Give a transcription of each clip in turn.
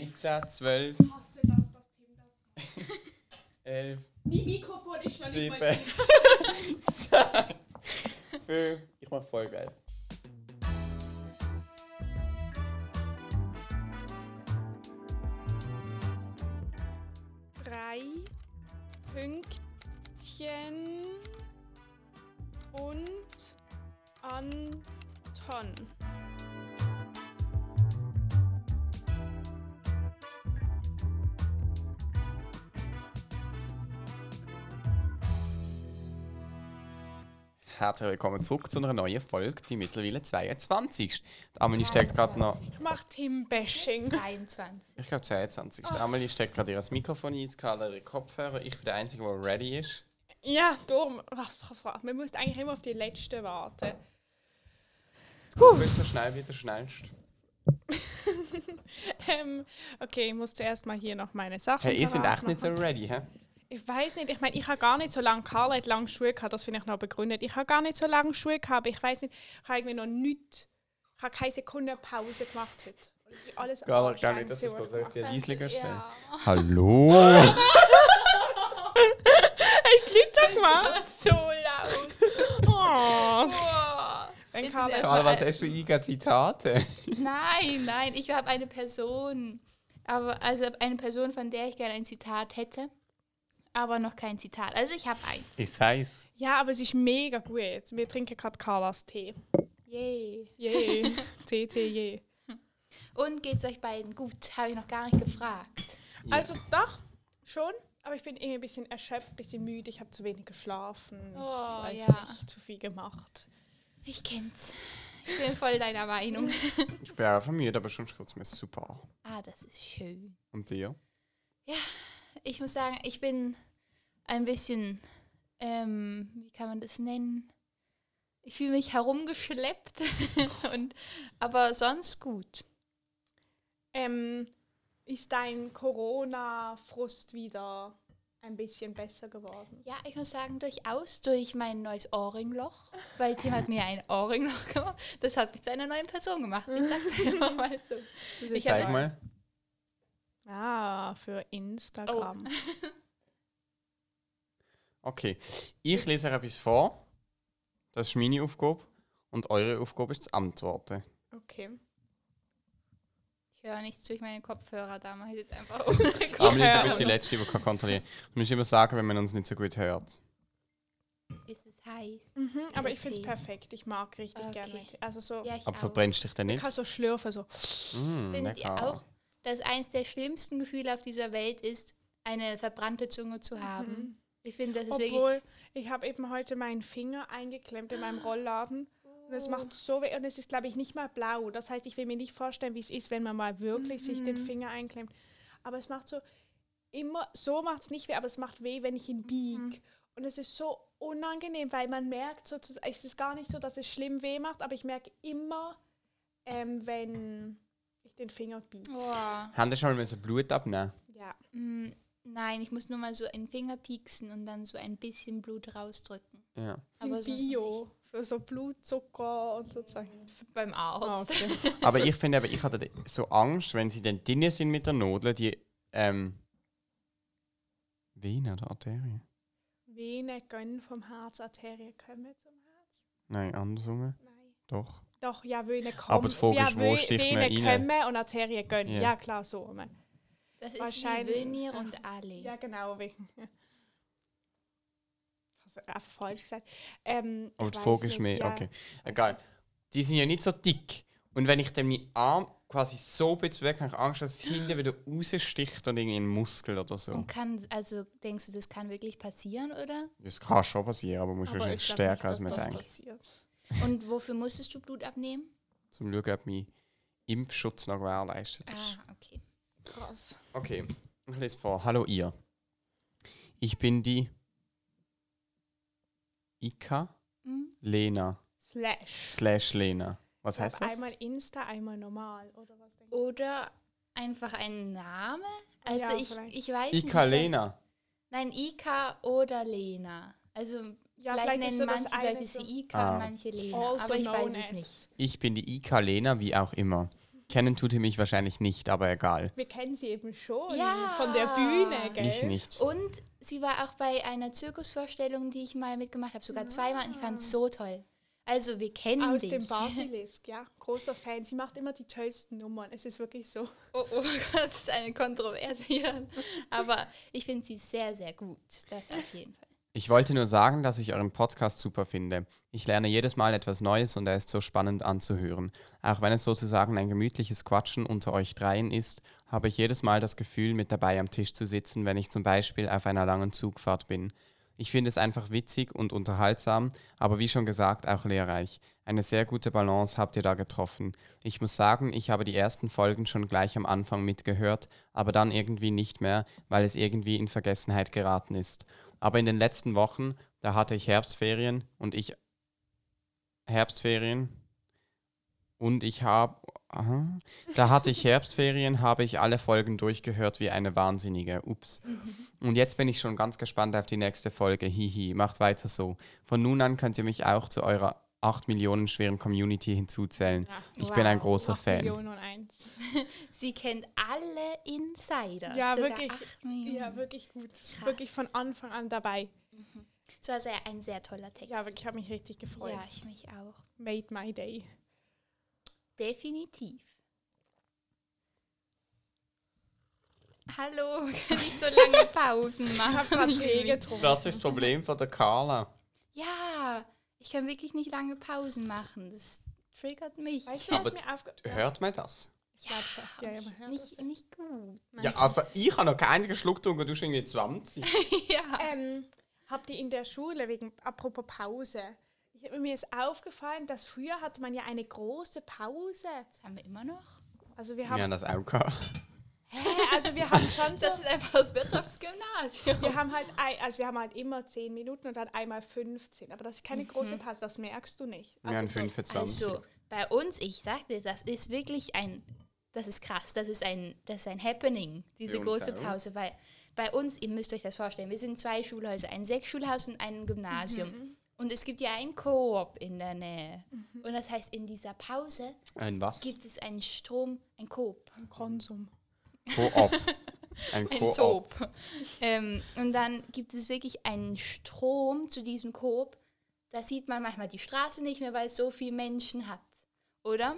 13, 12, Ich hasse das, das Team das. 11, Mein Mikrofon ist noch nicht Sieben. mal drin. 5. Ich mach voll geil. drei Pünktchen und Anton. Herzlich willkommen zurück zu einer neuen Folge, die mittlerweile 22. Die Amelie steckt gerade noch. Ich mach Teambashing. 23. Ich glaube 22. Die Amelie steckt gerade ihr Mikrofon ein, Karl ihre Kopfhörer. Ich bin der Einzige, der ready ist. Ja, darum. Ach, Frau, Frau, Man muss eigentlich immer auf die letzte warten. Huh. Du bist so schnell wie du schnellst. Ähm, okay, ich muss zuerst mal hier noch meine Sachen. Hey, ihr seid parat echt nicht so machen. ready, hä? Ich weiß nicht, ich meine, ich habe gar nicht so lange, Carla hat lange Schuhe gehabt, das finde ich noch begründet. Ich habe gar nicht so lange Schuhe gehabt, aber ich weiß nicht, ich habe irgendwie noch nichts, ich habe keine Sekunde Pause gemacht heute. Und ich Alles Gar, gar anstrengend nicht, dass es gemacht. so auf die Leislinger stellen. Ja. Hallo! Hast du Leute gemacht? So laut. Oh. Boah. Wenn Jetzt Carla- sind Karl, erstmal was ein- hast du eingegangen? Zitate? Nein, nein, ich habe eine Person. Aber, also eine Person, von der ich gerne ein Zitat hätte. Aber noch kein Zitat. Also ich habe eins. Ich sag's. Ja, aber es ist mega gut. Wir trinken gerade Carlas Tee. Yay. Yay. Tee, Tee, yay. Und geht's euch beiden gut? Habe ich noch gar nicht gefragt. Ja. Also doch, schon. Aber ich bin irgendwie ein bisschen erschöpft, ein bisschen müde. Ich habe zu wenig geschlafen. Ich Oh, weiß ja. nicht, zu viel gemacht. Ich kenn's. Ich bin voll deiner Meinung. Ich bin auch vermüdet, aber schon kurz mir super. Ah, das ist schön. Und dir? Ich muss sagen, ich bin ein bisschen, ähm, wie kann man das nennen? Ich fühle mich herumgeschleppt, und, aber sonst gut. Ähm, ist dein Corona-Frust wieder ein bisschen besser geworden? Ja, ich muss sagen, durchaus durch mein neues Ohrringloch, weil Tim hat mir ein Ohrringloch gemacht. Das hat mich zu einer neuen Person gemacht. Ich sag's einfach mal so. Ich Zeig hab's- mal. Ah, für Instagram. Oh. Okay. Ich lese euch etwas vor. Das ist meine Aufgabe. Und eure Aufgabe ist zu antworten. Okay. Ich höre nichts durch meine Kopfhörer, da mache ich jetzt einfach ohne Amelie, Ja. du Kopfhörer. bist die Letzte, die kann kontrollieren kann. Du musst immer sagen, wenn man uns nicht so gut hört. Ist es heiß? Mhm, aber ich Tee. finde es perfekt. Ich mag richtig Okay. gerne. Tee. Also so, Ja, ich Aber auch. verbrennst dich dann ich nicht? kann so schlürfen, so. Mm, Findet ihr lecker. auch? dass eins der schlimmsten Gefühle auf dieser Welt ist, eine verbrannte Zunge zu haben. Ich finde, das ist wirklich. Mhm. Obwohl, ich habe eben heute meinen Finger eingeklemmt in meinem Rollladen. Und es macht so weh. Und es ist, glaube ich, nicht mal blau. Das heißt, ich will mir nicht vorstellen, wie es ist, wenn man mal wirklich sich Mhm. den Finger einklemmt. Aber es macht so immer, so macht es nicht weh, aber es macht weh, wenn ich ihn biege. Mhm. Und es ist so unangenehm, weil man merkt sozusagen, es ist gar nicht so, dass es schlimm weh macht, aber ich merke immer, ähm, wenn ich den Finger biege. Boah. Haben die schon mal müssen Blut abnehmen? Ja. Mm, Nein, ich muss nur mal so einen Finger pieksen und dann so ein bisschen Blut rausdrücken. Ja. Aber Im sonst Bio. Für so Blutzucker und sozusagen. nicht. Hm, beim Ah, Arzt. Aber ich finde, eben, ich hatte so Angst, wenn sie dann drin sind mit der Nadel, die ähm, Vene oder Arterie? Venen gönnen vom Herz, Arterien kommen zum Herz. Nein, andersrum. Nein. Doch. Doch, ja, Venen kommen. Aber die Frage ja, ist, wo Ve- sticht man Venen rein? kommen und Arterien gönnen. Ja. Ja, klar, so. rum. Das ist wie Wahrscheinlich- Vönir und Ali. Ja, genau, wegen. Also einfach falsch gesagt. Ähm, Aber ich die weiß Frage ist nicht, mehr. ja. Okay. Egal. Die sind ja nicht so dick. Und wenn ich dann meinen Arm quasi so bezwecke, habe ich Angst, dass es hinten wieder raussticht und irgendwie ein Muskel oder genau. so. Und kann, also denkst du, das kann wirklich passieren, oder? Das kann schon passieren, aber muss Aber wahrscheinlich ich glaub stärker als man nicht, dass das denkt. passiert. Und wofür musstest du Blut abnehmen? Zum Schauen, ob mein Impfschutz noch gewährleistet ist. Ah, okay. Krass. Okay, ich lese vor. Hallo ihr. Ich bin die Ika Hm? Lena. Slash. Slash Lena. Was Ich glaub, heißt das? Einmal Insta, einmal normal. Oder was denkst du? Oder einfach ein Name? Also Ja, ich, vielleicht. ich weiß nicht. Ika da- Lena. Nein, Ika oder Lena. Also Ja, vielleicht, vielleicht ist nennen so das manche eine Leute so- sie Ika Ah. und manche Lena. Also aber ich known weiß es as. nicht. Ich bin die Ika Lena, wie auch immer. Kennen tut ihr mich wahrscheinlich nicht, aber egal. Wir kennen sie eben schon Ja. von der Bühne, gell? Ich nicht. Und sie war auch bei einer Zirkusvorstellung, die ich mal mitgemacht habe, sogar zweimal und ich fand es so toll. Also wir kennen Ah. Aus dich. dem Basilisk, ja. Großer Fan. Sie macht immer die tollsten Nummern. Es ist wirklich so. Oh, oh Gott, das ist eine Kontroverse hier. Aber ich finde sie sehr, sehr gut. Das auf jeden Fall. Ich wollte nur sagen, dass ich euren Podcast super finde. Ich lerne jedes Mal etwas Neues und er ist so spannend anzuhören. Auch wenn es sozusagen ein gemütliches Quatschen unter euch dreien ist, habe ich jedes Mal das Gefühl, mit dabei am Tisch zu sitzen, wenn ich zum Beispiel auf einer langen Zugfahrt bin. Ich finde es einfach witzig und unterhaltsam, aber wie schon gesagt auch lehrreich. Eine sehr gute Balance habt ihr da getroffen. Ich muss sagen, ich habe die ersten Folgen schon gleich am Anfang mitgehört, aber dann irgendwie nicht mehr, weil es irgendwie in Vergessenheit geraten ist. Aber in den letzten Wochen, da hatte ich Herbstferien und ich Herbstferien und ich habe aha, da hatte ich Herbstferien, habe ich alle Folgen durchgehört wie eine wahnsinnige. Ups. Und jetzt bin ich schon ganz gespannt auf die nächste Folge. Hihi, macht weiter so. Von nun an könnt ihr mich auch zu eurer 8 Millionen schweren Community hinzuzählen. Ja. Ich bin ein Wow, großer 8 Fan. Millionen und eins. Sie kennt alle Insider. Ja, sogar wirklich. Acht Millionen. Ja, wirklich gut. Wirklich von Mhm. Krass. Anfang an dabei. Das war sehr, ein sehr toller Text. Ja, wirklich, ich habe mich richtig gefreut. Ja, ich mich auch. Made my day. Definitiv. Hallo, kann ich so lange Pausen Ich machen? habe gerade Tee Entschuldigung. getrunken. Das ist das Problem von der Carla. Ja, ich kann wirklich nicht lange Pausen machen. Das triggert mich. Weißt du, was Aber mir aufge... Hört man das? ich glaube schon. Ja, ja, man hört das nicht, nicht gut. Ja, also ich habe noch keinen einzigen Schluck getrunken und du schon irgendwie 20. ja. Ähm, habt ihr in der Schule, wegen, apropos Pause, ich, mir ist aufgefallen, dass früher hatte man ja eine große Pause. Das haben wir immer noch. Also wir Wir haben, haben das auch gehabt. hä, also wir haben schon so, Das ist einfach das Wirtschaftsgymnasium. wir haben halt, ein, also wir haben halt immer 10 Minuten und dann einmal 15. Aber das ist keine große Pause, das merkst du nicht. Wir haben Also so, 25. Also, bei uns, ich sagte, das ist wirklich ein, das ist krass, das ist ein, das ist ein Happening, diese uns große auch. Pause, weil bei uns, ihr müsst euch das vorstellen, wir sind zwei Schulhäuser, ein Sechsschulhaus und ein Gymnasium. Und es gibt ja ein Koop in der Nähe. Und das heißt, in dieser Pause Ein was? gibt es einen Strom, ein Koop. Konsum. Co-op. Ein ein Co-op. Zoop. ähm, und dann gibt es wirklich einen Strom zu diesem Coop. Da sieht man manchmal die Straße nicht mehr, weil es so viele Menschen hat, oder?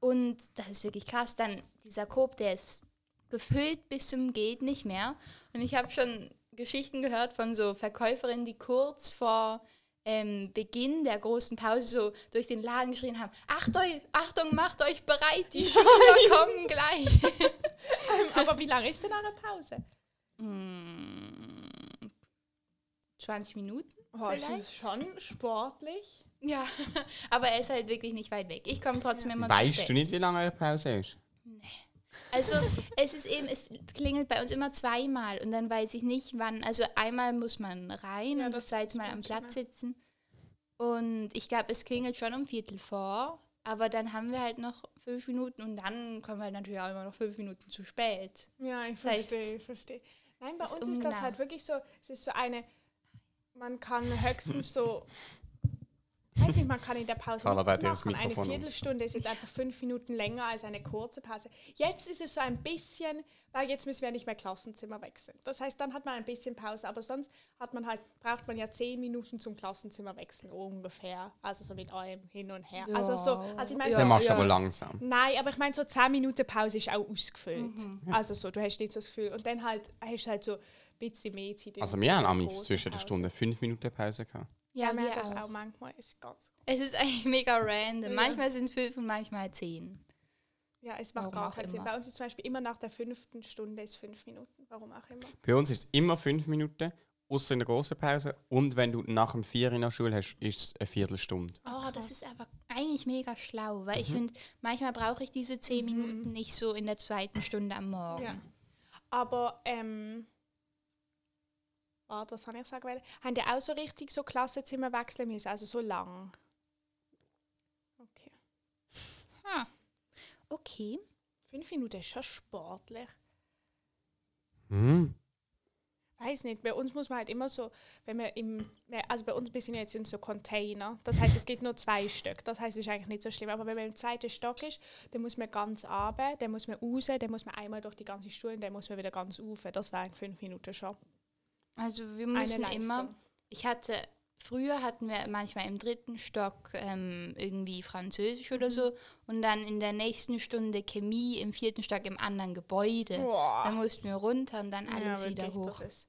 Und das ist wirklich krass. Dann dieser Coop, der ist gefüllt bis zum geht nicht mehr. Und ich habe schon Geschichten gehört von so Verkäuferinnen, die kurz vor ähm, Beginn der großen Pause so durch den Laden geschrien haben: Achtung, Achtung, macht euch bereit, die Schüler kommen gleich. Aber wie lange ist denn eine Pause? Mm, 20 Minuten? Oh, das Vielleicht? ist schon sportlich. Ja, aber er ist halt wirklich nicht weit weg. Ich komme trotzdem immer zu Weißt spät. du nicht, wie lange eine Pause ist? Also es ist eben, es klingelt bei uns immer zweimal und dann weiß ich nicht wann. Also einmal muss man rein Ja, und das das zweite Mal am stimmt schon, Platz sitzen. Und ich glaube, es klingelt schon um Viertel vor, aber dann haben wir halt noch fünf Minuten und dann kommen wir natürlich auch immer noch fünf Minuten zu spät. Ja, ich Das heißt, verstehe, ich verstehe. Nein, bei es ist uns ist das ungenau. halt wirklich so, es ist so eine, man kann höchstens so, weiß nicht, man kann in der Pause Carla nichts weiht ihr das machen. Eine Mikrofon um. Viertelstunde ist jetzt einfach fünf Minuten länger als eine kurze Pause. Jetzt ist es so ein bisschen, weil jetzt müssen wir ja nicht mehr Klassenzimmer wechseln. Das heißt, dann hat man ein bisschen Pause, aber sonst hat man halt, braucht man ja zehn Minuten zum Klassenzimmer wechseln ungefähr. Also so mit allem hin und her. Also so, also ich meine, Ja, so Dann machst du ja. aber langsam. Nein, aber ich meine, so 10 Minuten Pause ist auch ausgefüllt. Also so, du hast nicht so das Gefühl. Und dann halt hast du halt so ein bisschen mehr Zeit. in Also wir haben der am großen zwischen der Pause. Stunde 5 Minuten Pause gehabt. Ja, wir haben das auch manchmal. Ist ganz, Es ist eigentlich mega random. Ja. Manchmal sind es fünf und manchmal zehn. ja, es macht Warum gar auch keinen Sinn. immer. Bei uns ist zum Beispiel immer nach der fünften Stunde ist fünf Minuten. Warum auch immer. Bei uns ist es immer 5 Minuten, außer in der großen Pause. Und wenn du nach dem 4 in der Schule hast, ist es eine Viertelstunde. Oh, das ist aber eigentlich mega schlau, weil ich finde, manchmal brauche ich diese zehn Minuten nicht so in der zweiten Stunde am Morgen. Mhm. Ja. Aber, ähm, warte, was habe ich sagen wollen? Haben die auch so richtig so Klassenzimmer wechseln müssen? Also so lang? Okay. Ah. Okay. Fünf Minuten ist schon sportlich. Hm. weiß nicht, bei uns muss man halt immer so, wenn wir im, also bei uns wir sind jetzt in so Container, das heißt, es gibt nur zwei Stück, das heißt, es ist eigentlich nicht so schlimm, aber wenn man im zweiten Stock ist, dann muss man ganz arbeiten, dann muss man raus, dann muss man einmal durch die ganze Schule und dann muss man wieder ganz rauf, das war in fünf Minuten schon. Also wir müssen Leistung. immer. Ich hatte, früher hatten wir manchmal im dritten Stock ähm, irgendwie Französisch Mhm. oder so und dann in der nächsten Stunde Chemie, im vierten Stock im anderen Gebäude. Boah. Dann mussten wir runter und dann alles wieder hoch. ist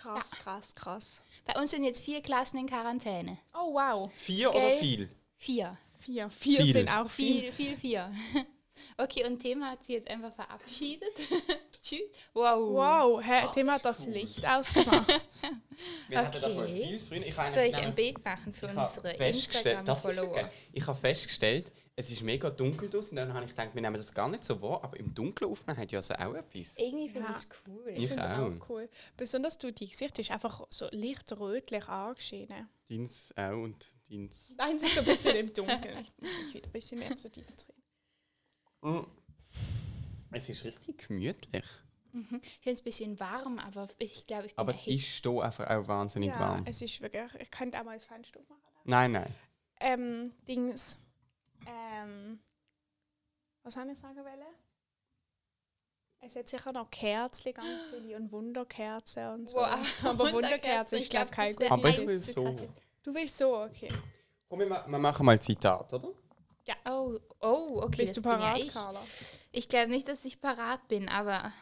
krass, krass, krass. Bei uns sind jetzt vier Klassen in Quarantäne. Oh wow, Vier Gell? oder viel? Vier. vier, vier Viel. sind auch viel. Viel, viel, vier. Okay, und Thema hat sie jetzt einfach verabschiedet. Tschüss. Wow. Wow, hä, Das Tim hat ist das cool. Licht ausgemacht. Wir hatten das mal Okay. viel früher. Ich habe Soll ich nämlich- ein Bild machen für Ich unsere habe festgestellt, das ist Instagram-Follower? okay. Ich habe festgestellt, es ist mega dunkel draußen. Dann habe ich gedacht, wir nehmen das gar nicht so wahr, aber im Dunkeln aufnehmen hat ja also auch etwas. Irgendwie finde Ja. ich es cool. Ich Find's auch. cool. Besonders du, dein Gesicht ist einfach so leicht rötlich angeschienen. Deins auch und deins. Nein, sie ist ein bisschen im Dunkeln. Ich muss mich wieder ein bisschen mehr zu dir drehen. Mm. Es ist richtig gemütlich. Mhm. Ich finde es ein bisschen warm, aber ich glaube, ich bin Aber es erhitzt. ist hier einfach auch wahnsinnig warm. es ist wirklich. Ich könnte auch mal das Fenster aufmachen. Nein, nein. Ähm, Dings. Ähm. Was habe ich sagen wollen? Es hat sicher noch Kerzen, ganz viele und Wunderkerzen und so. Wow, Aber Wunderkerzen, ich glaube, kein das wär gut. Aber ich eins will zu so. Tage. Du willst so, okay. Komm, wir, ma- wir machen mal ein Zitat, oder? Oh, oh, okay. Bist das du parat, bin ja Carla? ich. Ich glaube nicht, dass ich parat bin, aber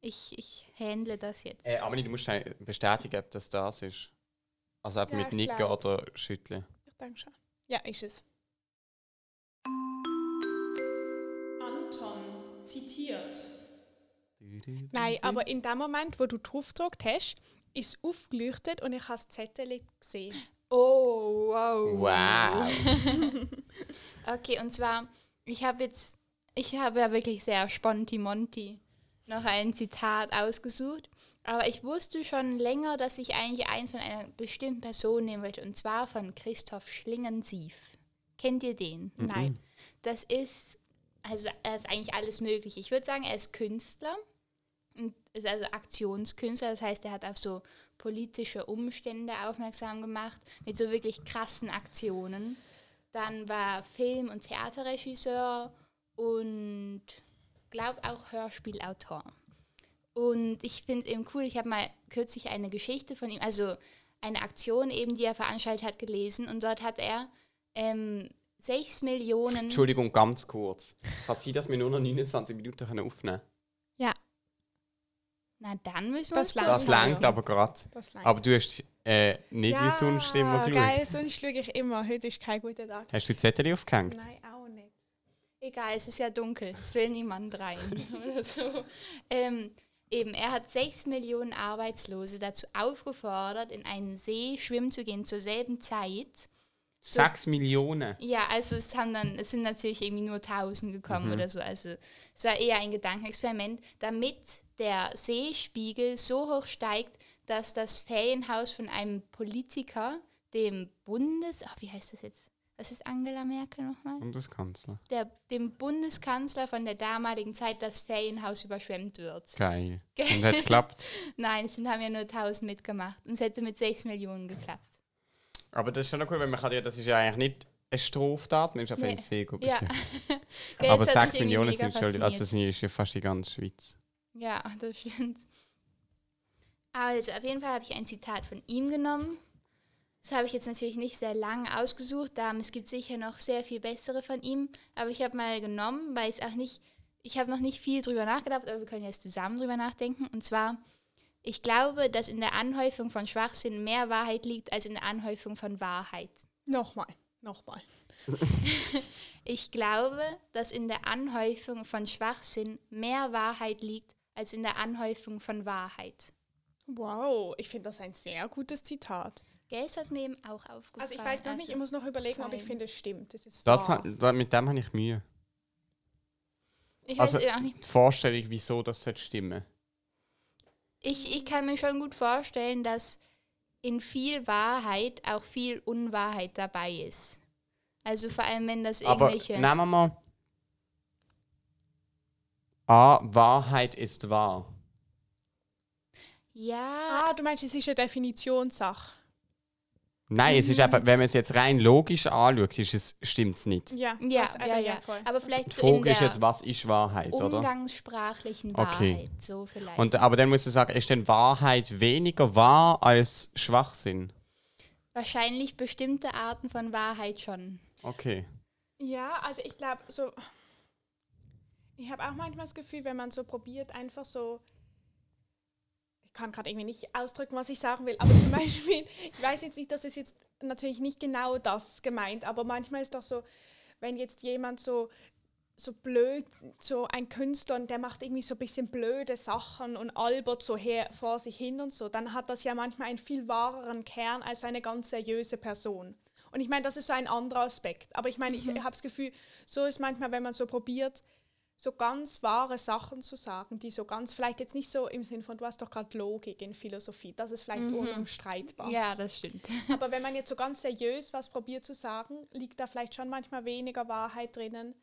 ich, ich handle das jetzt. Äh, Amelie, du musst ein- bestätigen, ob das das ist. Also einfach Ja, mit ich Nicken glaub. oder Schütteln. Ich denke schon. Ja, ist es. Anton zitiert. Mhm. Nein, aber in dem Moment, wo du draufgedrückt hast, ist es aufgeleuchtet und ich habe das Zettel gesehen. Oh, wow. Wow. Okay, und zwar, ich habe jetzt, ich habe ja wirklich sehr spontimonti noch ein Zitat ausgesucht. Aber ich wusste schon länger, dass ich eigentlich eins von einer bestimmten Person nehmen wollte, und zwar von Christoph Schlingensief. Kennt ihr den? Mhm. Nein. Das ist, also er ist eigentlich alles möglich. Ich würde sagen, er ist Künstler und ist also Aktionskünstler. Das heißt, er hat auf so politische Umstände aufmerksam gemacht mit so wirklich krassen Aktionen. Dann war er Film- und Theaterregisseur und glaub auch Hörspielautor. Und ich finde eben cool, ich habe mal kürzlich eine Geschichte von ihm, also eine Aktion eben, die er veranstaltet hat, gelesen. Und dort hat er ähm, 6 Millionen... Entschuldigung, ganz kurz. Kann sein, dass wir nur noch 29 Minuten können aufnehmen können? Na dann müssen wir Das uns langt. Das Zeit nehmen. langt aber gerade. Das langt. Aber du hast äh, nicht wie sonst immer geschaut. Geil, sonst schaue ich immer. Heute ist kein guter Tag. Hast du die Zettel aufgehängt? Nein, auch nicht. Egal, es ist ja dunkel, es will niemand rein oder so. Ähm, eben, er hat sechs Millionen Arbeitslose dazu aufgefordert, in einen See schwimmen zu gehen zur selben Zeit. Sechs Millionen. Ja, also es, haben dann, es sind natürlich irgendwie nur 1000 gekommen oder so. Also es war eher ein Gedankenexperiment, damit der Seespiegel so hoch steigt, dass das Ferienhaus von einem Politiker, dem Bundes... Ach, wie heißt das jetzt? Was ist Angela Merkel nochmal? Bundeskanzler. der, dem Bundeskanzler von der damaligen Zeit das Ferienhaus überschwemmt wird. Geil. Und hat geklappt. Nein, es sind- haben ja nur 1000 mitgemacht und es hätte mit 6 Millionen geklappt. Aber das ist schon noch cool, weil man kann ja, das ist ja eigentlich nicht eine Straftat, man ist einfach Nee. ein See gut Ja. beschäftigt. Gell, Aber das hat mich 6 irgendwie Millionen mega sind schon, also fasziniert. das ist ja fast die ganze Schweiz. Ja, das stimmt. Also, auf jeden Fall habe ich ein Zitat von ihm genommen. Das habe ich jetzt natürlich nicht sehr lang ausgesucht, da es gibt sicher noch sehr viel bessere von ihm. Aber ich habe mal genommen, weil es auch nicht, ich habe noch nicht viel drüber nachgedacht, aber wir können jetzt zusammen drüber nachdenken. Und zwar, ich glaube, dass in der Anhäufung von Schwachsinn mehr Wahrheit liegt als in der Anhäufung von Wahrheit. Nochmal, nochmal. Ich glaube, dass in der Anhäufung von Schwachsinn mehr Wahrheit liegt als in der Anhäufung von Wahrheit. Wow, ich finde das ein sehr gutes Zitat. Gell, es hat mir eben auch aufgefallen. Also ich weiß noch nicht, ich Also, muss noch überlegen, ob ich fein. finde, es stimmt. Das ist Das wahr. hat, da, mit dem habe ich Mühe. ich weiß Also eben auch nicht. die Vorstellung, wieso das sollte stimmen. Ich, ich kann mir schon gut vorstellen, dass in viel Wahrheit auch viel Unwahrheit dabei ist. Also vor allem, wenn das Aber irgendwelche... nehmen wir mal. A. Wahrheit ist wahr. Ja, Ah, du meinst, es ist eine Definitionssache. Nein, es ist einfach, wenn man es jetzt rein logisch anschaut, ist es, stimmt es nicht. Ja, ja, das- ja, ja. voll. Aber vielleicht Die so in Frage ist jetzt, der was ist Wahrheit, oder? umgangssprachlichen Okay. Wahrheit. So vielleicht. Und, aber dann musst du sagen, ist denn Wahrheit weniger wahr als Schwachsinn? Wahrscheinlich bestimmte Arten von Wahrheit schon. Okay. Ja, also ich glaube, so. Ich habe auch manchmal das Gefühl, wenn man so probiert, einfach so. Ich kann gerade irgendwie nicht ausdrücken, was ich sagen will, aber zum Beispiel, ich weiß jetzt nicht, das ist jetzt natürlich nicht genau das gemeint, aber manchmal ist doch so, wenn jetzt jemand so so blöd, so ein Künstler und der macht irgendwie so ein bisschen blöde Sachen und albert so her, vor sich hin und so, dann hat das ja manchmal einen viel wahreren Kern als eine ganz seriöse Person. Und ich meine, das ist so ein anderer Aspekt. Aber ich meine, ich habe das Gefühl, so ist manchmal, wenn man so probiert, so ganz wahre Sachen zu sagen, die so ganz, vielleicht jetzt nicht so im Sinn von, du hast doch gerade Logik in Philosophie, das ist vielleicht unumstreitbar. Ja, das stimmt. Aber wenn man jetzt so ganz seriös was probiert zu sagen, liegt da vielleicht schon manchmal weniger Wahrheit drinnen,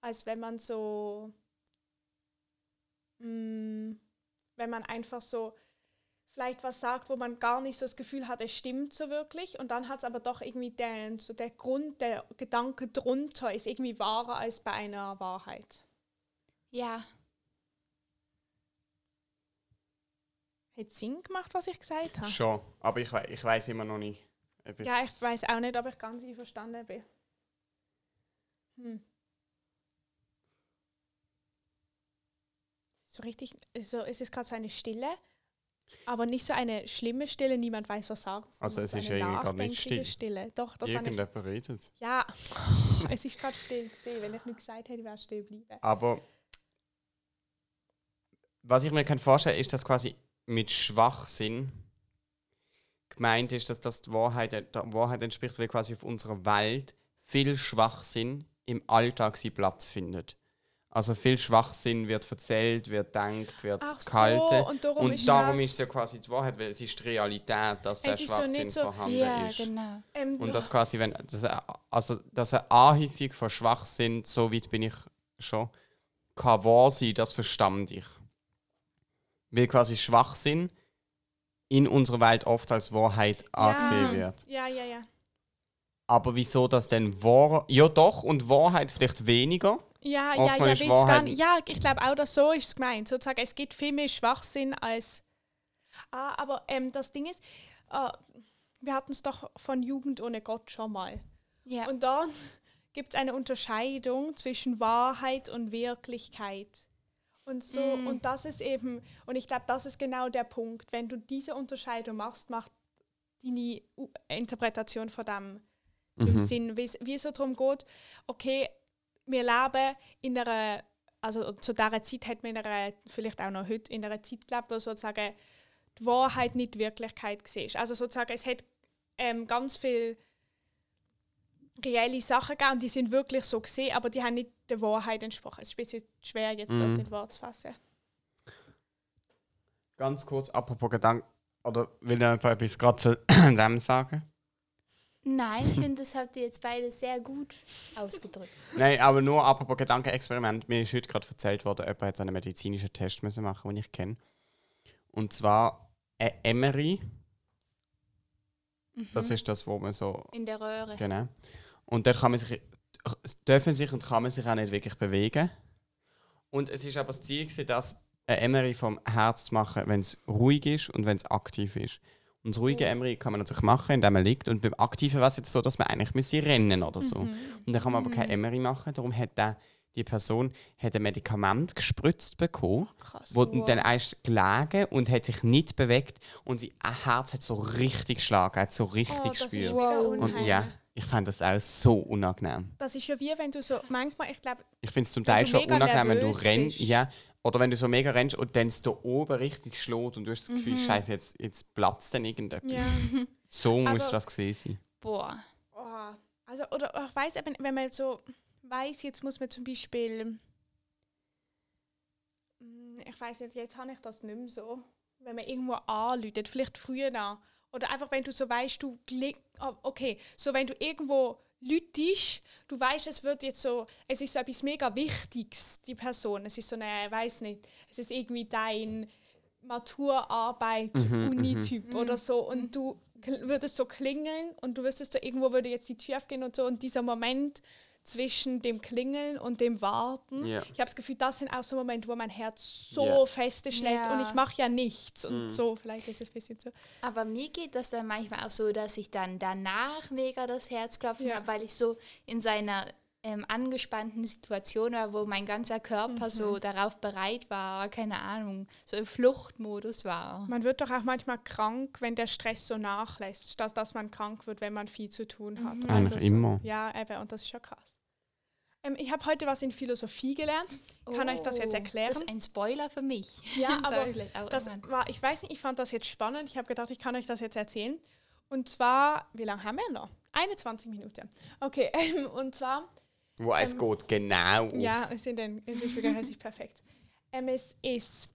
als wenn man so, mm, wenn man einfach so vielleicht was sagt, wo man gar nicht so das Gefühl hat, es stimmt so wirklich und dann hat es aber doch irgendwie den, so der Grund, der Gedanke drunter ist irgendwie wahrer als bei einer Wahrheit. Ja, Hat Sinn gemacht, was ich gesagt habe? Schon. Aber ich, wei- ich weiß immer noch nicht. ob Ja, es- ich weiß auch nicht, ob ich ganz einverstanden bin. Hm. So richtig, so, es ist gerade so eine Stille, aber nicht so eine schlimme Stille, niemand weiß, was sagt. Also sondern es so ist eine ja irgendwie gerade nicht still. nachdenkliche Stille. Doch, das habe ich. Irgendjemand redet. Ja, es ist gerade still gesehen. Wenn ich nicht gesagt hätte, wäre es still geblieben. Aber was ich mir kann vorstellen ist, dass quasi mit Schwachsinn gemeint ist, dass das die Wahrheit, der Wahrheit entspricht, weil quasi auf unserer Welt viel Schwachsinn im Alltag seinen Platz findet. Also viel Schwachsinn wird verzählt, wird denkt, wird Ach so, gehalten. und darum und ist darum das- ist ja quasi die Wahrheit, weil es ist die Realität, dass der ist so Schwachsinn nicht so- vorhanden ja ist. genau. Ähm, Und das quasi, wenn, das, also, dass eine Anhäufung von Schwachsinn, so weit bin ich schon, kann wahr sein, das verstand ich. Weil quasi Schwachsinn in unserer Welt oft als Wahrheit angesehen wird. ja, ja, ja. Aber wieso das denn wahr? Ja, doch, und Wahrheit vielleicht weniger. Ja, ja, ja, Oftmals ist willst du dann, Wahrheit- ja, ich glaube auch, dass so ist es gemeint. Sozusagen, es gibt viel mehr Schwachsinn als. Ah, aber ähm, das Ding ist, äh, wir hatten es doch von Jugend ohne Gott schon mal. Ja. Und dann gibt es eine Unterscheidung zwischen Wahrheit und Wirklichkeit. Und so, und das ist eben, und ich glaube, das ist genau der Punkt. Wenn du diese Unterscheidung machst, macht die Interpretation von dem im Sinn, wie es- wie es so darum geht, okay, wir leben in einer, also zu dieser Zeit hat man in einer, vielleicht auch noch heute, in einer Zeit gelebt, wo sozusagen die Wahrheit nicht die Wirklichkeit war. Also sozusagen, es hat ähm, ganz viel reelle Sachen gegeben und die sind wirklich so gesehen, aber die haben nicht der Wahrheit entsprochen. Es ist ein bisschen schwer, jetzt das in Wort zu fassen. Ganz kurz, apropos Gedanken, oder will ich einfach etwas gerade zu dem sagen? Nein, ich finde, das habt ihr jetzt beide sehr gut ausgedrückt. Nein, aber nur apropos Gedankenexperiment. Mir ist heute gerade erzählt worden, jemand hat so einen medizinischen Test müssen machen, den ich kenne. Und zwar eine Emery. Das ist das, wo man so. In der Röhre. Genau. Und dort kann man sich, dürfen sich und kann man sich auch nicht wirklich bewegen. Und es ist aber das Ziel, gewesen, dass eine Emery vom Herz zu machen, wenn es ruhig ist und wenn es aktiv ist. Und das Mhm. ruhige Emery kann man natürlich machen, indem man liegt. Und beim Aktiven war es jetzt so, dass man eigentlich müsse rennen oder so. Mhm. Und dann kann man aber kein Emery machen. Darum hat der, die Person hat ein Medikament gespritzt bekommen, Krass. wo dann erst gelegen und hat sich nicht bewegt. Und sein Herz hat so richtig geschlagen, hat so richtig oh, das ist gespürt. mega Wow. Und unheimlich. ja, ich fand das auch so unangenehm. Das ist ja wie wenn du so, manchmal, ich glaube, Ich finde es zum Wenn Teil du schon mega unangenehm, wenn du nervös rennst. bist. Ja, oder wenn du so mega rennst und dann es da oben richtig schlägt und du hast das Gefühl, Scheiße, jetzt, jetzt platzt dann irgendetwas. Mhm. ja. So muss Aber- das gesehen sein. Boah. Oh, also, oder ich weiß eben, wenn man so weiß, jetzt muss man zum Beispiel. Mm, Ich weiß nicht, jetzt habe ich das nicht mehr so. Wenn man irgendwo anläutet, vielleicht früher noch. Oder einfach, wenn du so weißt, du kli- ah, okay, so wenn du irgendwo lütisch, du weißt, es wird jetzt so, es ist so etwas mega Wichtiges, die Person. Es ist so eine, weiß nicht, es ist irgendwie dein Maturarbeit, Mhm, Unityp mhm. oder so und du kl- würdest so klingeln und du wüsstest so, irgendwo würde jetzt die Tür aufgehen und so und dieser Moment zwischen dem Klingeln und dem Warten. Ja. Ich habe das Gefühl, das sind auch so Momente, wo mein Herz so Ja. feste schlägt und Ja. ich mache ja nichts und Mhm. so, vielleicht ist es ein bisschen so. Aber mir geht das dann manchmal auch so, dass ich dann danach mega das Herzklopfen Ja. habe, weil ich so in seiner ähm, angespannten Situation war, wo mein ganzer Körper Mhm. so darauf bereit war, keine Ahnung, so im Fluchtmodus war. Man wird doch auch manchmal krank, wenn der Stress so nachlässt, statt dass man krank wird, wenn man viel zu tun hat. Also Eigentlich immer. So, ja, eben, und das ist ja krass. Ähm, ich habe heute was in Philosophie gelernt. Ich kann euch das jetzt Oh, erklären. Das ist ein Spoiler für mich. Ja, aber Wirklich, aber oh das immerhin. war, ich weiß nicht, ich fand das jetzt spannend. Ich habe gedacht, ich kann euch das jetzt erzählen. Und zwar, wie lange haben wir noch? 21 Minuten. Okay, ähm, und zwar Wo es Ähm, geht genau. auf. ja, es, sind ein, es ist wirklich richtig perfekt. Ähm, es ist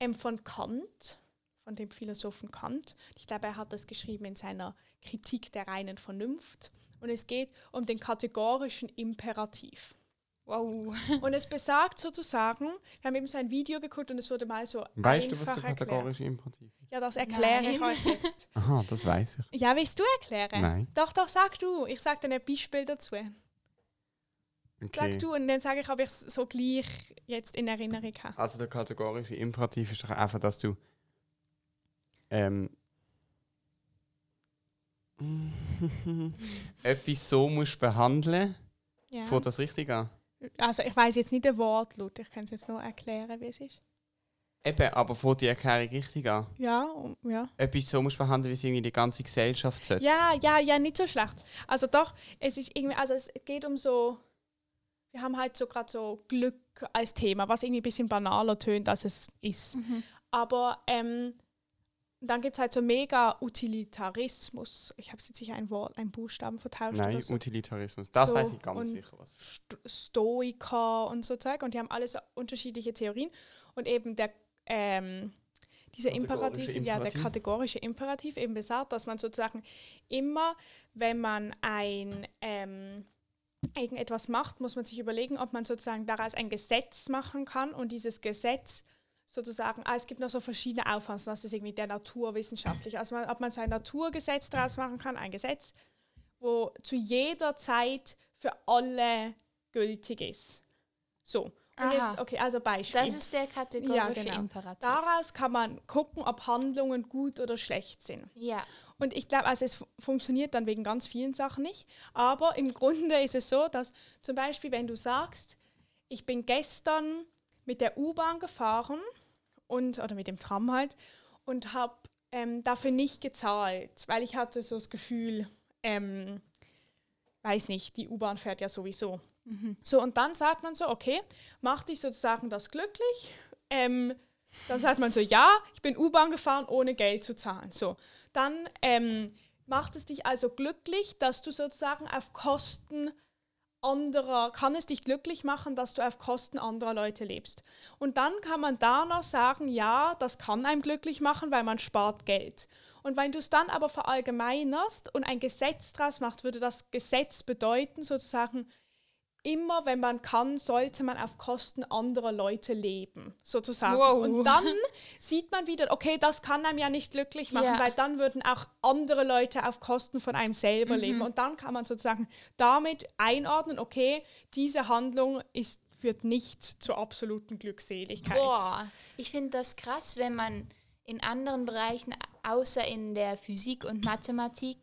ähm, von Kant, von dem Philosophen Kant. Ich glaube, er hat das geschrieben in seiner Kritik der reinen Vernunft. Und es geht um den kategorischen Imperativ. wow. Und es besagt sozusagen, wir haben eben so ein Video geguckt und es wurde mal so Weißt du, einfach was der erklärt. kategorische Imperativ ist? Ja, das erkläre ich Nein. euch jetzt. Aha, das weiß ich. Ja, willst du erklären? Nein. Doch, doch, sag du. Ich sage dann ein Beispiel dazu. Sag Okay. du und dann sage ich, ob ich es so gleich jetzt in Erinnerung habe. Also der kategorische Imperativ ist doch einfach, dass du ähm, Mhm. etwas so musst behandeln, Ja. vor das Richtige an. Also ich weiß jetzt nicht den Wortlaut, ich kann es jetzt nur erklären, wie es ist. Eben, aber vor die Erklärung richtig an. Ja, um- ja. Etwas so musst behandeln, wie es irgendwie die ganze Gesellschaft sollte. Ja, ja, ja, nicht so schlecht. Also doch, es ist irgendwie, also es geht um so, wir haben halt so gerade so Glück als Thema, was irgendwie ein bisschen banaler tönt, als es ist. Mhm. Aber ähm, dann gibt es halt so mega Utilitarismus. Ich habe jetzt sicher ein Wort, ein Buchstaben vertauscht. Nein, oder so. Utilitarismus. Das So, weiß ich ganz und- sicher. Was. Sto- Stoiker und so Zeug. Und die haben alle so unterschiedliche Theorien. Und eben der, ähm, dieser Imperativ, Kategorische ja, der Imperativ. kategorische Imperativ eben besagt, dass man sozusagen immer, wenn man ein ähm, irgendetwas macht, muss man sich überlegen, ob man sozusagen daraus ein Gesetz machen kann und dieses Gesetz sozusagen, ah, es gibt noch so verschiedene Auffassungen, das ist irgendwie der naturwissenschaftliche, also man, ob man so ein Naturgesetz daraus machen kann, ein Gesetz, wo zu jeder Zeit für alle gültig ist. So. Und Aha. jetzt, okay, also Beispiel. Das ist der kategorische Ja, genau. Imperativ. Daraus kann man gucken, ob Handlungen gut oder schlecht sind. ja. Und ich glaube, also es fu- funktioniert dann wegen ganz vielen Sachen nicht. Aber im Grunde ist es so, dass zum Beispiel, wenn du sagst, ich bin gestern mit der U-Bahn gefahren und oder mit dem Tram halt und habe ähm, dafür nicht gezahlt, weil ich hatte so das Gefühl, ähm, weiß nicht, die U-Bahn fährt ja sowieso. So, und dann sagt man so, okay, macht dich sozusagen das glücklich. Ähm, dann sagt man so, ja, ich bin U-Bahn gefahren, ohne Geld zu zahlen. So, dann ähm, macht es dich also glücklich, dass du sozusagen auf Kosten anderer, kann es dich glücklich machen, dass du auf Kosten anderer Leute lebst. Und dann kann man da noch sagen, ja, das kann einem glücklich machen, weil man spart Geld. Und wenn du es dann aber verallgemeinerst und ein Gesetz draus macht, würde das Gesetz bedeuten, sozusagen, immer wenn man kann, sollte man auf Kosten anderer Leute leben, sozusagen. Wow. Und dann sieht man wieder, okay, das kann einem ja nicht glücklich machen, Ja. weil dann würden auch andere Leute auf Kosten von einem Mhm. selber leben. Und dann kann man sozusagen damit einordnen, okay, diese Handlung ist, führt nicht zur absoluten Glückseligkeit. Boah, ich finde das krass, wenn man in anderen Bereichen, außer in der Physik und Mathematik,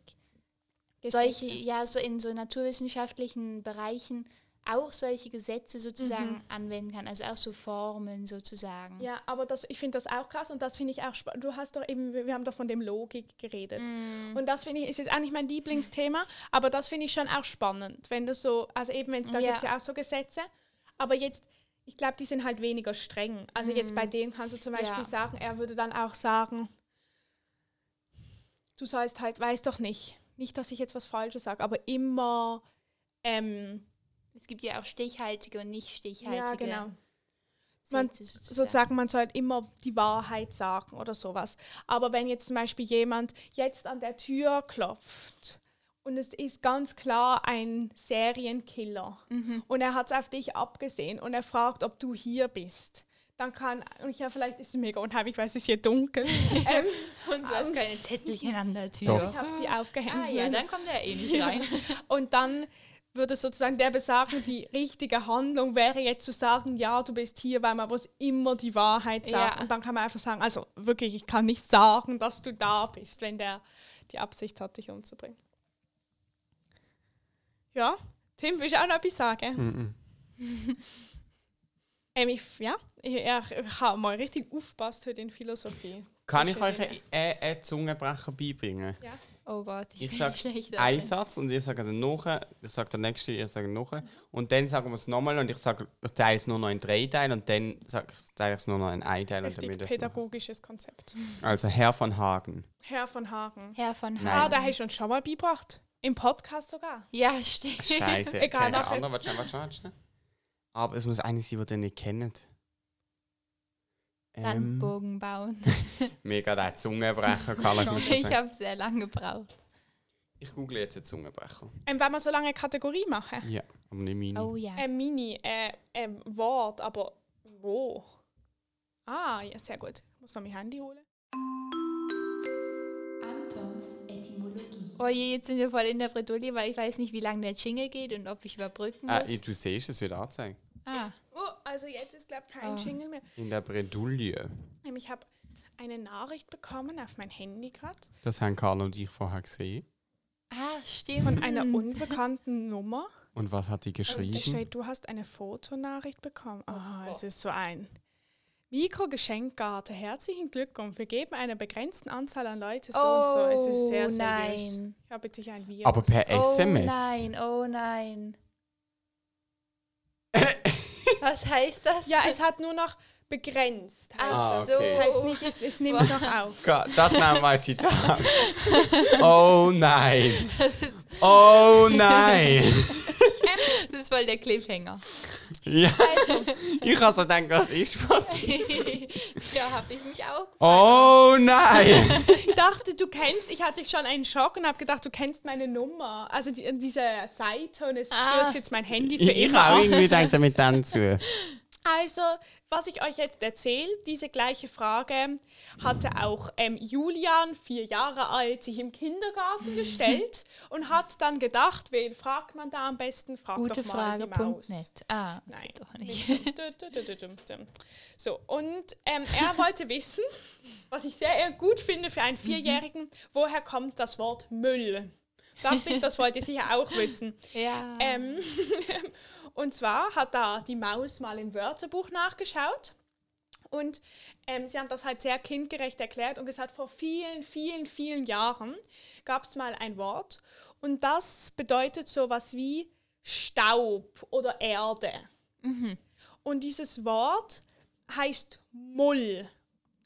Gesetze. solche, ja, so in so naturwissenschaftlichen Bereichen auch solche Gesetze sozusagen anwenden kann, also auch so Formeln sozusagen. Mhm. Ja, aber das, ich finde das auch krass und das finde ich auch spannend. Du hast doch eben, wir wir haben doch von dem Logik geredet. Mhm. Und das finde ich, ist jetzt auch nicht mein Lieblingsthema, aber das finde ich schon auch spannend, wenn du so, also eben, wenn es da Ja. gibt es ja auch so Gesetze, aber jetzt, ich glaube, die sind halt weniger streng. Also jetzt bei denen kannst du zum Beispiel Mhm. Ja. sagen, er würde dann auch sagen, du sollst halt, weiß doch nicht, nicht, dass ich jetzt was Falsches sage, aber immer, ähm, Es gibt ja auch stichhaltige und nicht ja, stichhaltige genau. Man- Sätze sozusagen. sozusagen, man soll immer die Wahrheit sagen oder sowas. Aber wenn jetzt zum Beispiel jemand jetzt an der Tür klopft und es ist ganz klar ein Mhm. Serienkiller und er hat es auf dich abgesehen und er fragt, ob du hier bist, dann kann, und ja, vielleicht ist es mega unheimlich, weil es ist hier dunkel. ähm, Und du hast keine Zettelchen an der Tür. Doch. ich habe sie aufgehängt. Ah ja, dann kommt er eh nicht rein. Und dann würde sozusagen der besagen, die richtige Handlung wäre jetzt zu sagen, ja, du bist hier, weil man muss immer die Wahrheit sagen. Ja. Und dann kann man einfach sagen, also wirklich, ich kann nicht sagen, dass du da bist, wenn der die Absicht hat, dich umzubringen. Ja, Tim, willst du auch noch etwas sagen? Mhm. Ähm, ich, ja, ich, ich, ich habe mal richtig aufgepasst heute in Philosophie. Kann ich Zwischen euch den- einen äh, äh, Zungenbrecher beibringen? Oh Gott, ich, Ich bin sag schlecht. darin. Ein Satz und ihr sagt dann noch, das sagt der nächste, ihr sagt noch. Und dann sagen wir es nochmal und ich sage, ich teile es nur noch in drei Teile und dann sag ich, teile ich es nur noch in ein Teil. Und Richtig damit pädagogisches Konzept. Also Herr von Hagen. Herr von Hagen. Herr von Nein. Ah, Hagen. da hast du uns schon mal beigebracht. Im Podcast sogar. ja, stimmt. Scheiße, Egal, Egal, keine mach andere. Warte, schnell, warte, schnell, warte. schnell. Aber es muss eine sein, die ihr nicht kennt. Ähm, Sandbogen bauen. Mega der Zungenbrecher, kann ich gut Ich sagen. habe sehr lange gebraucht. Ich google jetzt den Zungenbrecher. Ähm, wenn wir so lange eine Kategorie machen. Ja, aber nicht meine. Oh ja. Ein Mini, äh, ein Wort, aber wo? Ah, ja, sehr gut. Ich muss noch mein Handy holen. Antons Etymologie. Oh je, jetzt sind wir voll in der Bredouille, weil ich weiß nicht, wie lange der Jingle geht und ob ich überbrücken Ah, muss. du siehst, es wird angezeigt. ah, Oh, also jetzt ist, glaube ich, kein Ah. Jingle mehr. In der Bredouille. Ähm, Ich habe eine Nachricht bekommen auf mein Handy gerade Das haben Karl und ich vorher gesehen. ah, stimmt. von einer unbekannten Nummer. Und was Oh, hat die Da geschrieben? steht, du hast eine Fotonachricht bekommen. Ah, es ist so ein. Mikro Geschenkkarte. Herzlichen Glückwunsch. Wir geben einer begrenzten Anzahl an Leute so und so. Es ist sehr Oh, seriös. nein. Ich habe jetzt sicher ein Virus. Aber per Oh SMS. nein, oh nein. Was heißt das? Ja, es hat nur noch begrenzt. heißt Ach Ah, so. okay. Das heißt nicht, es, es nimmt noch auf. Gott, das nahm mal Zitat. Oh nein. Oh nein. Das ist voll der Cliffhanger. Ja. Also, Ich habe so gedacht, was ist passiert? ja, habe ich mich auch. Oh nein. Ich dachte, du kennst, ich hatte schon einen Schock und habe gedacht, du kennst meine Nummer. Also die, diese Seite und es Ah. stürzt jetzt mein Handy für Ich immer. habe auch irgendwie gedacht, so mit dann zu. Also, was ich euch jetzt erzähle, diese gleiche Frage hatte auch ähm, Julian, vier Jahre alt, sich im Kindergarten gestellt und hat dann gedacht, wen fragt man da am besten? Fragt Gute doch mal Frage, die Maus. Punkt net. Ah, Nein. geht doch Nicht nicht. so. Dü- dü- dü- dü- düm- düm. So, und ähm, er wollte wissen, was ich sehr eher gut finde für einen Vierjährigen, woher kommt das Wort Müll? Dachte ich, das wollt ihr sicher auch wissen. Ja. Ähm, und zwar hat da die Maus mal im Wörterbuch nachgeschaut. Und ähm, sie haben das halt sehr kindgerecht erklärt und gesagt, vor vielen, vielen, vielen Jahren gab es mal ein Wort. Und das bedeutet sowas wie Staub oder Erde. Und dieses Wort heißt Mull.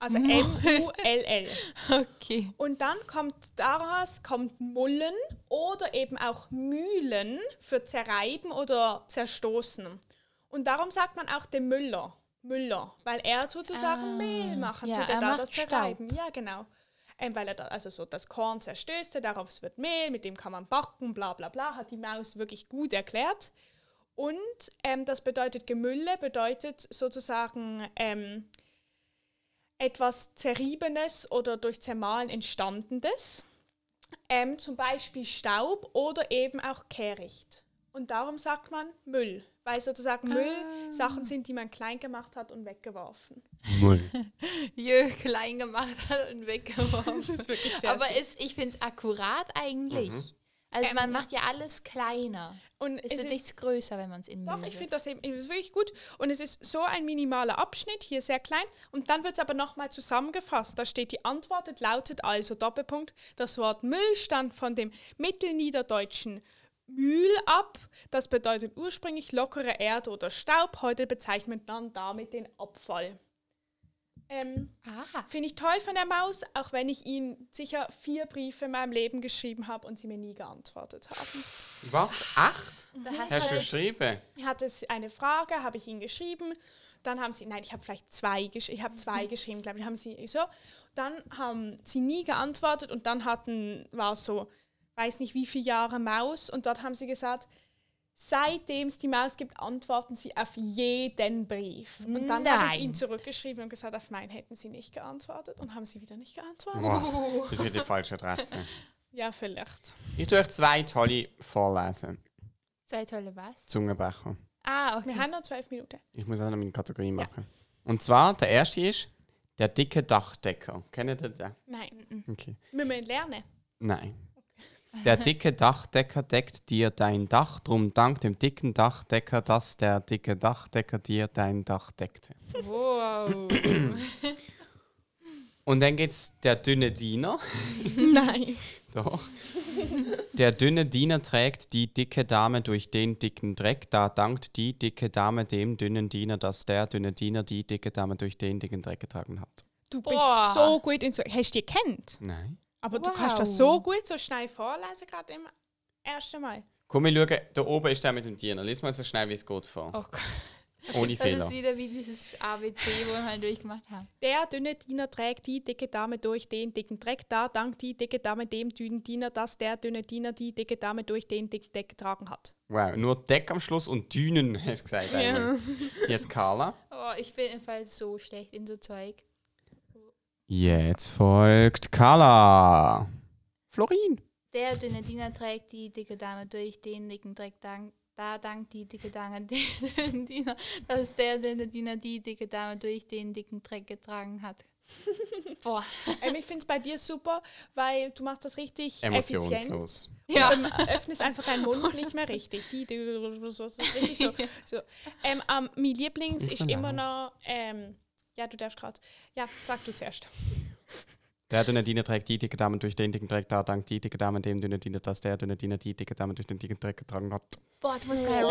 Also M-U-L-L. okay. Und dann kommt daraus kommt Mullen oder eben auch Mühlen für zerreiben oder zerstoßen. Und darum sagt man auch dem Müller, Müller, weil er tut sozusagen Ah, Mehl machen, ja, tut er er, da macht das zerreiben. Ja, genau. Ähm, weil er da, also so das Korn zerstößt, er, daraus wird Mehl, mit dem kann man backen, bla bla bla, hat die Maus wirklich gut erklärt. Und ähm, das bedeutet Gemülle, bedeutet sozusagen ähm, etwas Zerriebenes oder durch Zermahlen entstandenes. Ähm, zum Beispiel Staub oder eben auch Kehricht. Und darum sagt man Müll, weil sozusagen Müll Sachen sind, die man klein gemacht hat und weggeworfen. Mull. Jö, klein gemacht hat und weggeworfen. ist wirklich Aber es, ich finde es akkurat eigentlich. Mhm. Also Ähm, man macht ja alles kleiner. und Es, wird nichts größer, wenn man es in Doch, Müll ich finde das wirft. eben es ist wirklich gut. Und es ist so ein minimaler Abschnitt, hier sehr klein. Und dann wird es aber nochmal zusammengefasst. Da steht, die Antwort lautet also, Doppelpunkt, das Wort Müll stammt von dem mittelniederdeutschen Mühl ab. Das bedeutet ursprünglich lockere Erde oder Staub. Heute bezeichnet man damit den Abfall. Ähm, Ah, Finde ich toll von der Maus, auch wenn ich ihm sicher vier Briefe in meinem Leben geschrieben habe und sie mir nie geantwortet haben. Was? Acht? da hast, Hast du du geschrieben? hat es eine Frage, habe ich ihnen geschrieben. Dann haben sie, nein, ich habe vielleicht zwei, gesch ich habe Mhm. zwei geschrieben, glaube ich, haben sie so. Dann haben sie nie geantwortet und dann hatten, war so, weiß nicht wie viele Jahre Maus und dort haben sie gesagt, Seitdem es die Maus gibt, antworten sie auf jeden Brief. Und dann habe ich Nein. ihn zurückgeschrieben und gesagt, auf meinen hätten sie nicht geantwortet und haben sie wieder nicht Oh. geantwortet. Boah, das ist die falsche Adresse. Ja, vielleicht. Ich tue euch zwei tolle vorlesen. Zwei tolle was? Zungenbrecher. Ah, Wir okay. haben noch zwölf Minuten. Ich muss auch noch meine Kategorie machen. Und zwar, der erste ist der dicke Dachdecker. Kennt ihr den? Nein, Okay. wir müssen lernen. Nein. Der dicke Dachdecker deckt dir dein Dach, drum dank dem dicken Dachdecker, dass der dicke Dachdecker dir dein Dach deckte. Wow. Und dann geht's der dünne Diener. Nein. Doch. Der dünne Diener trägt die dicke Dame durch den dicken Dreck, da dankt die dicke Dame dem dünnen Diener, dass der dünne Diener die dicke Dame durch den dicken Dreck getragen hat. Du Boah. bist so gut in so. Hast du die kennt? Nein. Aber du kannst das so Wow. gut, so schnell vorlesen, gerade im ersten Mal. Komm, wir schauen, da oben ist der mit dem Diener. Lies mal so schnell, wie es geht vor. Oh Gott. Ohne Das Fehler. ist wieder wie dieses ABC, wo wir mal durchgemacht haben. Der dünne Diener trägt die dicke Dame durch den dicken Dreck, da dankt die dicke Dame dem dünnen Diener, dass der dünne Diener die dicke Dame durch den dicken Dreck getragen hat. Wow, nur Deck am Schluss und Dünen, hast du gesagt. einmal. Jetzt Carla. Oh, ich bin im Fall so schlecht in so Zeug. Jetzt folgt Carla. Florin. Der dünne Diener trägt die dicke Dame durch den dicken Dreck. Dank, da dankt die dicke Dame den dünnen Diener, dass der dünne Diener die dicke Dame durch den dicken Dreck getragen hat. Boah, ähm, ich finde es bei dir super, weil du machst das richtig effizient. Emotionslos. ja. Ähm, öffnest einfach deinen Mund nicht mehr richtig. Die, die, so, so, richtig so. so. Ähm, ähm, mein Lieblings Ich ist bin immer lang. noch. Ähm, ja, du darfst gerade. Ja, sag du zuerst. Der dünne Diener trägt die dicke Dame durch den dicken Dreck, da dankt die dicke Dame dem dünnen Diener, dass der dünne Diener die dicke Dame durch den dicken Dreck getragen hat. Boah, du musst mal Ah,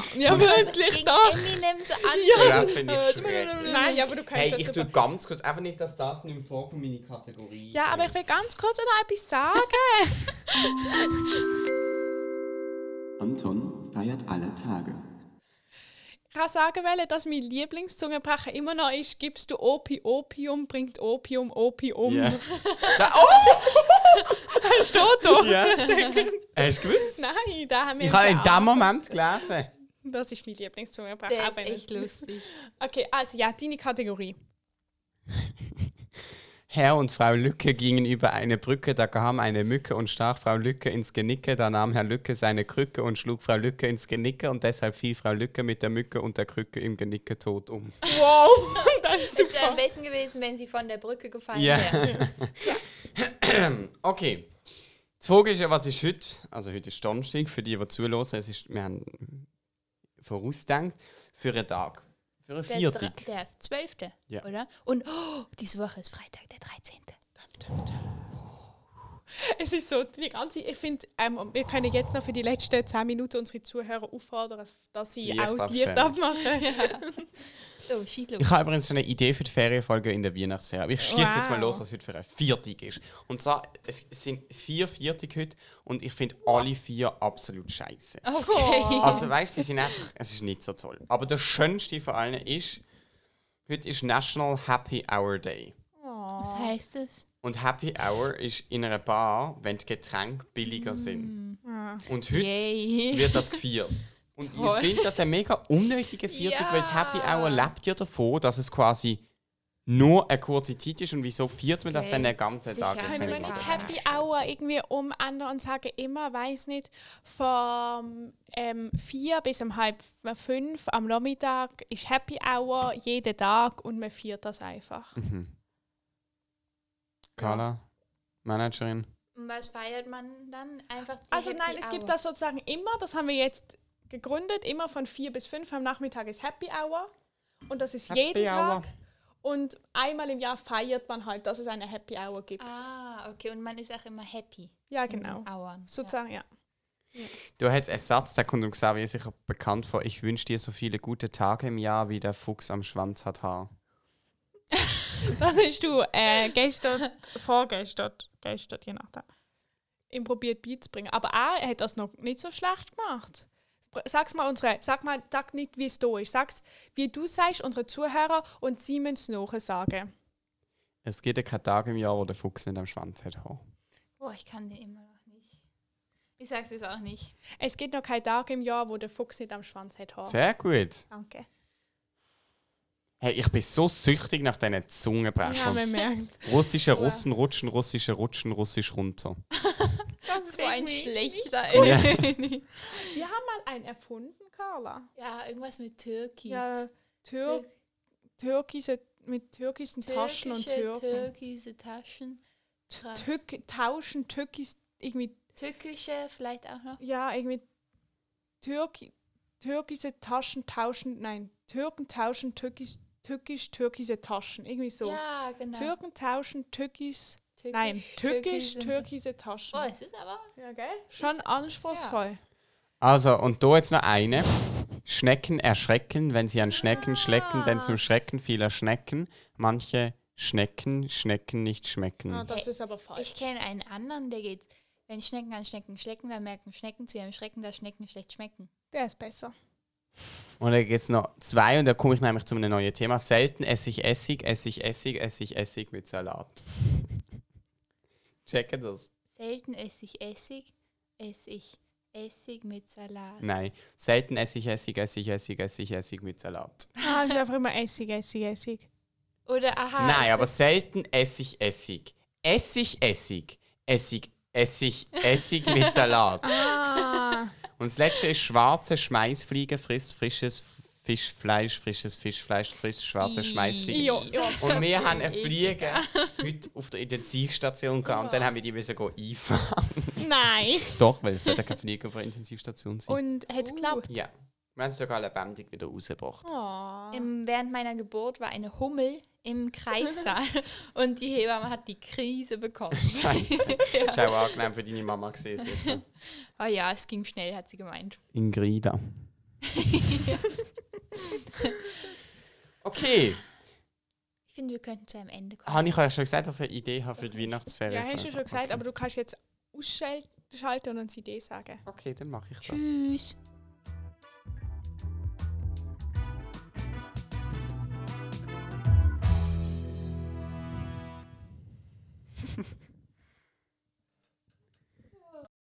rappen. Ja, wirklich Gegen doch. Eminem so an. Ja, finde ich schrecklich. Nein, ja, aber du kannst Hey, das ich super. tue ganz kurz, einfach nicht, dass das nicht mehr vorkommt, meine Kategorie. Ja, aber ich will ganz kurz noch etwas sagen. Anton feiert alle Tage. Ich kann sagen, wollen, dass mein Lieblingszungenbrecher immer noch ist, gibst du Opi Opium, bringt Opium Opium. Ja. oh! Yeah. Ja. Hast du gewusst? Nein, da haben wir... Ich habe in den dem Moment gelesen. Das ist mein Lieblingszungenbrecher. Der auch ist wenn es- echt lustig. Okay, also ja, deine Kategorie. Herr und Frau Lücke gingen über eine Brücke, da kam eine Mücke und stach Frau Lücke ins Genicke, da nahm Herr Lücke seine Krücke und schlug Frau Lücke ins Genicke und deshalb fiel Frau Lücke mit der Mücke und der Krücke im Genicke tot um. Wow, das ist Es wäre am super. besten gewesen, wenn sie von der Brücke gefallen Ja. wäre. Okay. Die Frage ist ja, was ist heute? Also heute ist Donnerstag, für die, die zuhören, es ist, wir haben vorausgedacht, für einen Tag. Für einen Der, Viertag. Dre- der 12. Ja. oder? Und oh, diese Woche ist Freitag, der 13. Es ist so, die ganze, ich finde, ähm, wir können jetzt noch für die letzten 10 Minuten unsere Zuhörer auffordern, dass sie Licht auch das Licht abmachen. So, Oh, schieß los. Ich habe übrigens schon eine Idee für die Ferienfolge in der Weihnachtsferie. Aber ich schieße jetzt mal Wow. los, was heute für ein Viertig ist. Und zwar, es sind vier Viertig heute und ich finde alle vier absolut scheiße. Oh. Okay. Oh. Also weißt du, die sind einfach, es ist nicht so toll. Aber der schönste von allen ist, heute ist National Happy Hour Day. Was Oh. heißt es? Und Happy Hour ist in einer Bar, wenn die Getränke billiger sind. Ah. Und heute Yay. wird das gefeiert. Und Toll. ich finde das ein mega unnötiger Viertag, weil die Happy Ja. Hour lebt ja davon, dass es quasi nur eine kurze Zeit ist und wieso feiert man das Okay. dann den ganzen Sicher Tag? Das Können finde wir ich nicht total Happy scheiße. Hour irgendwie umändern und sagen immer, weiß nicht, vom ähm, 4 bis um halb fünf am Nachmittag ist Happy Hour jeden Tag und man feiert das einfach. Mhm. Carla, Managerin. Und was feiert man dann? Einfach die Also Happy nein, es gibt Hour. das sozusagen immer, das haben wir jetzt gegründet, immer von 4 bis 5 am Nachmittag ist Happy Hour und das ist jeden Hour. Tag und einmal im Jahr feiert man halt, dass es eine Happy Hour gibt. Ah, Mhm. okay. Und man ist auch immer happy. ja, in den genau. Hours. Sozusagen, ja. Du hast einen Satz, der kommt um Xavier sicher bekannt vor. Ich wünsche dir so viele gute Tage im Jahr, wie der Fuchs am Schwanz hat Haar. Das hast du äh, gestern, vorgestern, gestern, je nachdem, ihm probiert Beat zu bringen. Aber auch, er hat das noch nicht so schlecht gemacht. Pr- Sag's mal unsere, sag mal, sag nicht, wie es da ist. Sag's, wie du sagst, unsere Zuhörer und sie müssen es nachher sagen. Es gibt ja keinen Tag im Jahr, wo der Fuchs nicht am Schwanz hat Haar. Boah, ich kann den immer noch nicht. Ich sag's jetzt auch nicht. Es gibt noch keinen Tag im Jahr, wo der Fuchs nicht am Schwanz hat. Haar. Sehr gut. Danke. Hey, ich bin so süchtig nach diesen Ja, Zungenbrechern. man merkt. Russische Russen rutschen, russische rutschen, russisch runter. Das So ein schlechter. Wir haben mal einen erfunden, Carla. ja, irgendwas mit Türkis. Ja, Tür Türkise, mit türkischen Taschen und Türkische, Türken. Türkise Taschen. Tra- Türk Tauschen, Türkis, irgendwie, Türkische vielleicht auch noch. ja, irgendwie Türki türkische Taschen tauschen, nein, Türken tauschen, türkisch, türkisch, türkische Taschen, irgendwie so. Ja, genau. Türken tauschen, türkisch, Türkisch, nein, türkisch, Türkisen. türkische Taschen. Boah, es ist aber. Ja, gell? Schon Ist- anspruchsvoll. Also, und da jetzt noch eine. Schnecken erschrecken, wenn sie an Ah. Schnecken schlecken, denn zum Schrecken vieler Schnecken manche Schnecken Schnecken nicht schmecken. Ah, das ist aber falsch. Ich kenne einen anderen, der geht. Wenn Schnecken an Schnecken schlecken, dann merken Schnecken zu ihrem Schrecken, dass Schnecken schlecht schmecken. Der ist besser. Und dann gibt es noch zwei und da komme ich nämlich zu einem neuen Thema. Selten esse ich Essig, esse ich Essig, esse ich Essig mit Salat. Checken das? Selten esse ich Essig, esse ich Essig mit Salat. Hm. Nein. Selten esse ich Essig, esse ich Essig, esse ich Essig mit Salat. Ah, ich einfach immer Essig, Essig, Essig. Oder aha. Nein, ist aber das- selten esse ich Essig. Essig, Essig. Essig, Essig, Essig mit Salat. Ah, Und das letzte ist schwarze Schmeißfliege frisst frisches Fischfleisch, frisches Fischfleisch, frisst schwarze Ii. Schmeißfliege. ja, ja. Und wir haben eine Eklig. Fliege heute auf der Intensivstation gehabt und dann haben wir die müssen go einfangen. Nein. Doch, weil es sollte keine Fliege auf der Intensivstation sein. Und hat es Uh. geklappt? ja. Wir haben es sogar lebendig wieder rausgebracht. Oh. Im, während meiner Geburt war eine Hummel im Kreissaal und die Hebamme hat die Krise bekommen. Scheiße. Das ja. war auch angenehm für deine Mama gesehen. Oh ja, es ging schnell, hat sie gemeint. Ingrida. okay. Ah, Ich finde, wir könnten zu einem Ende kommen. Habe ich euch schon gesagt, dass ich eine Idee habe für die Weihnachtsferien? Ja, hast du schon gesagt, aber du kannst jetzt ausschalten und uns Idee sagen. Okay, dann mache ich das. Tschüss.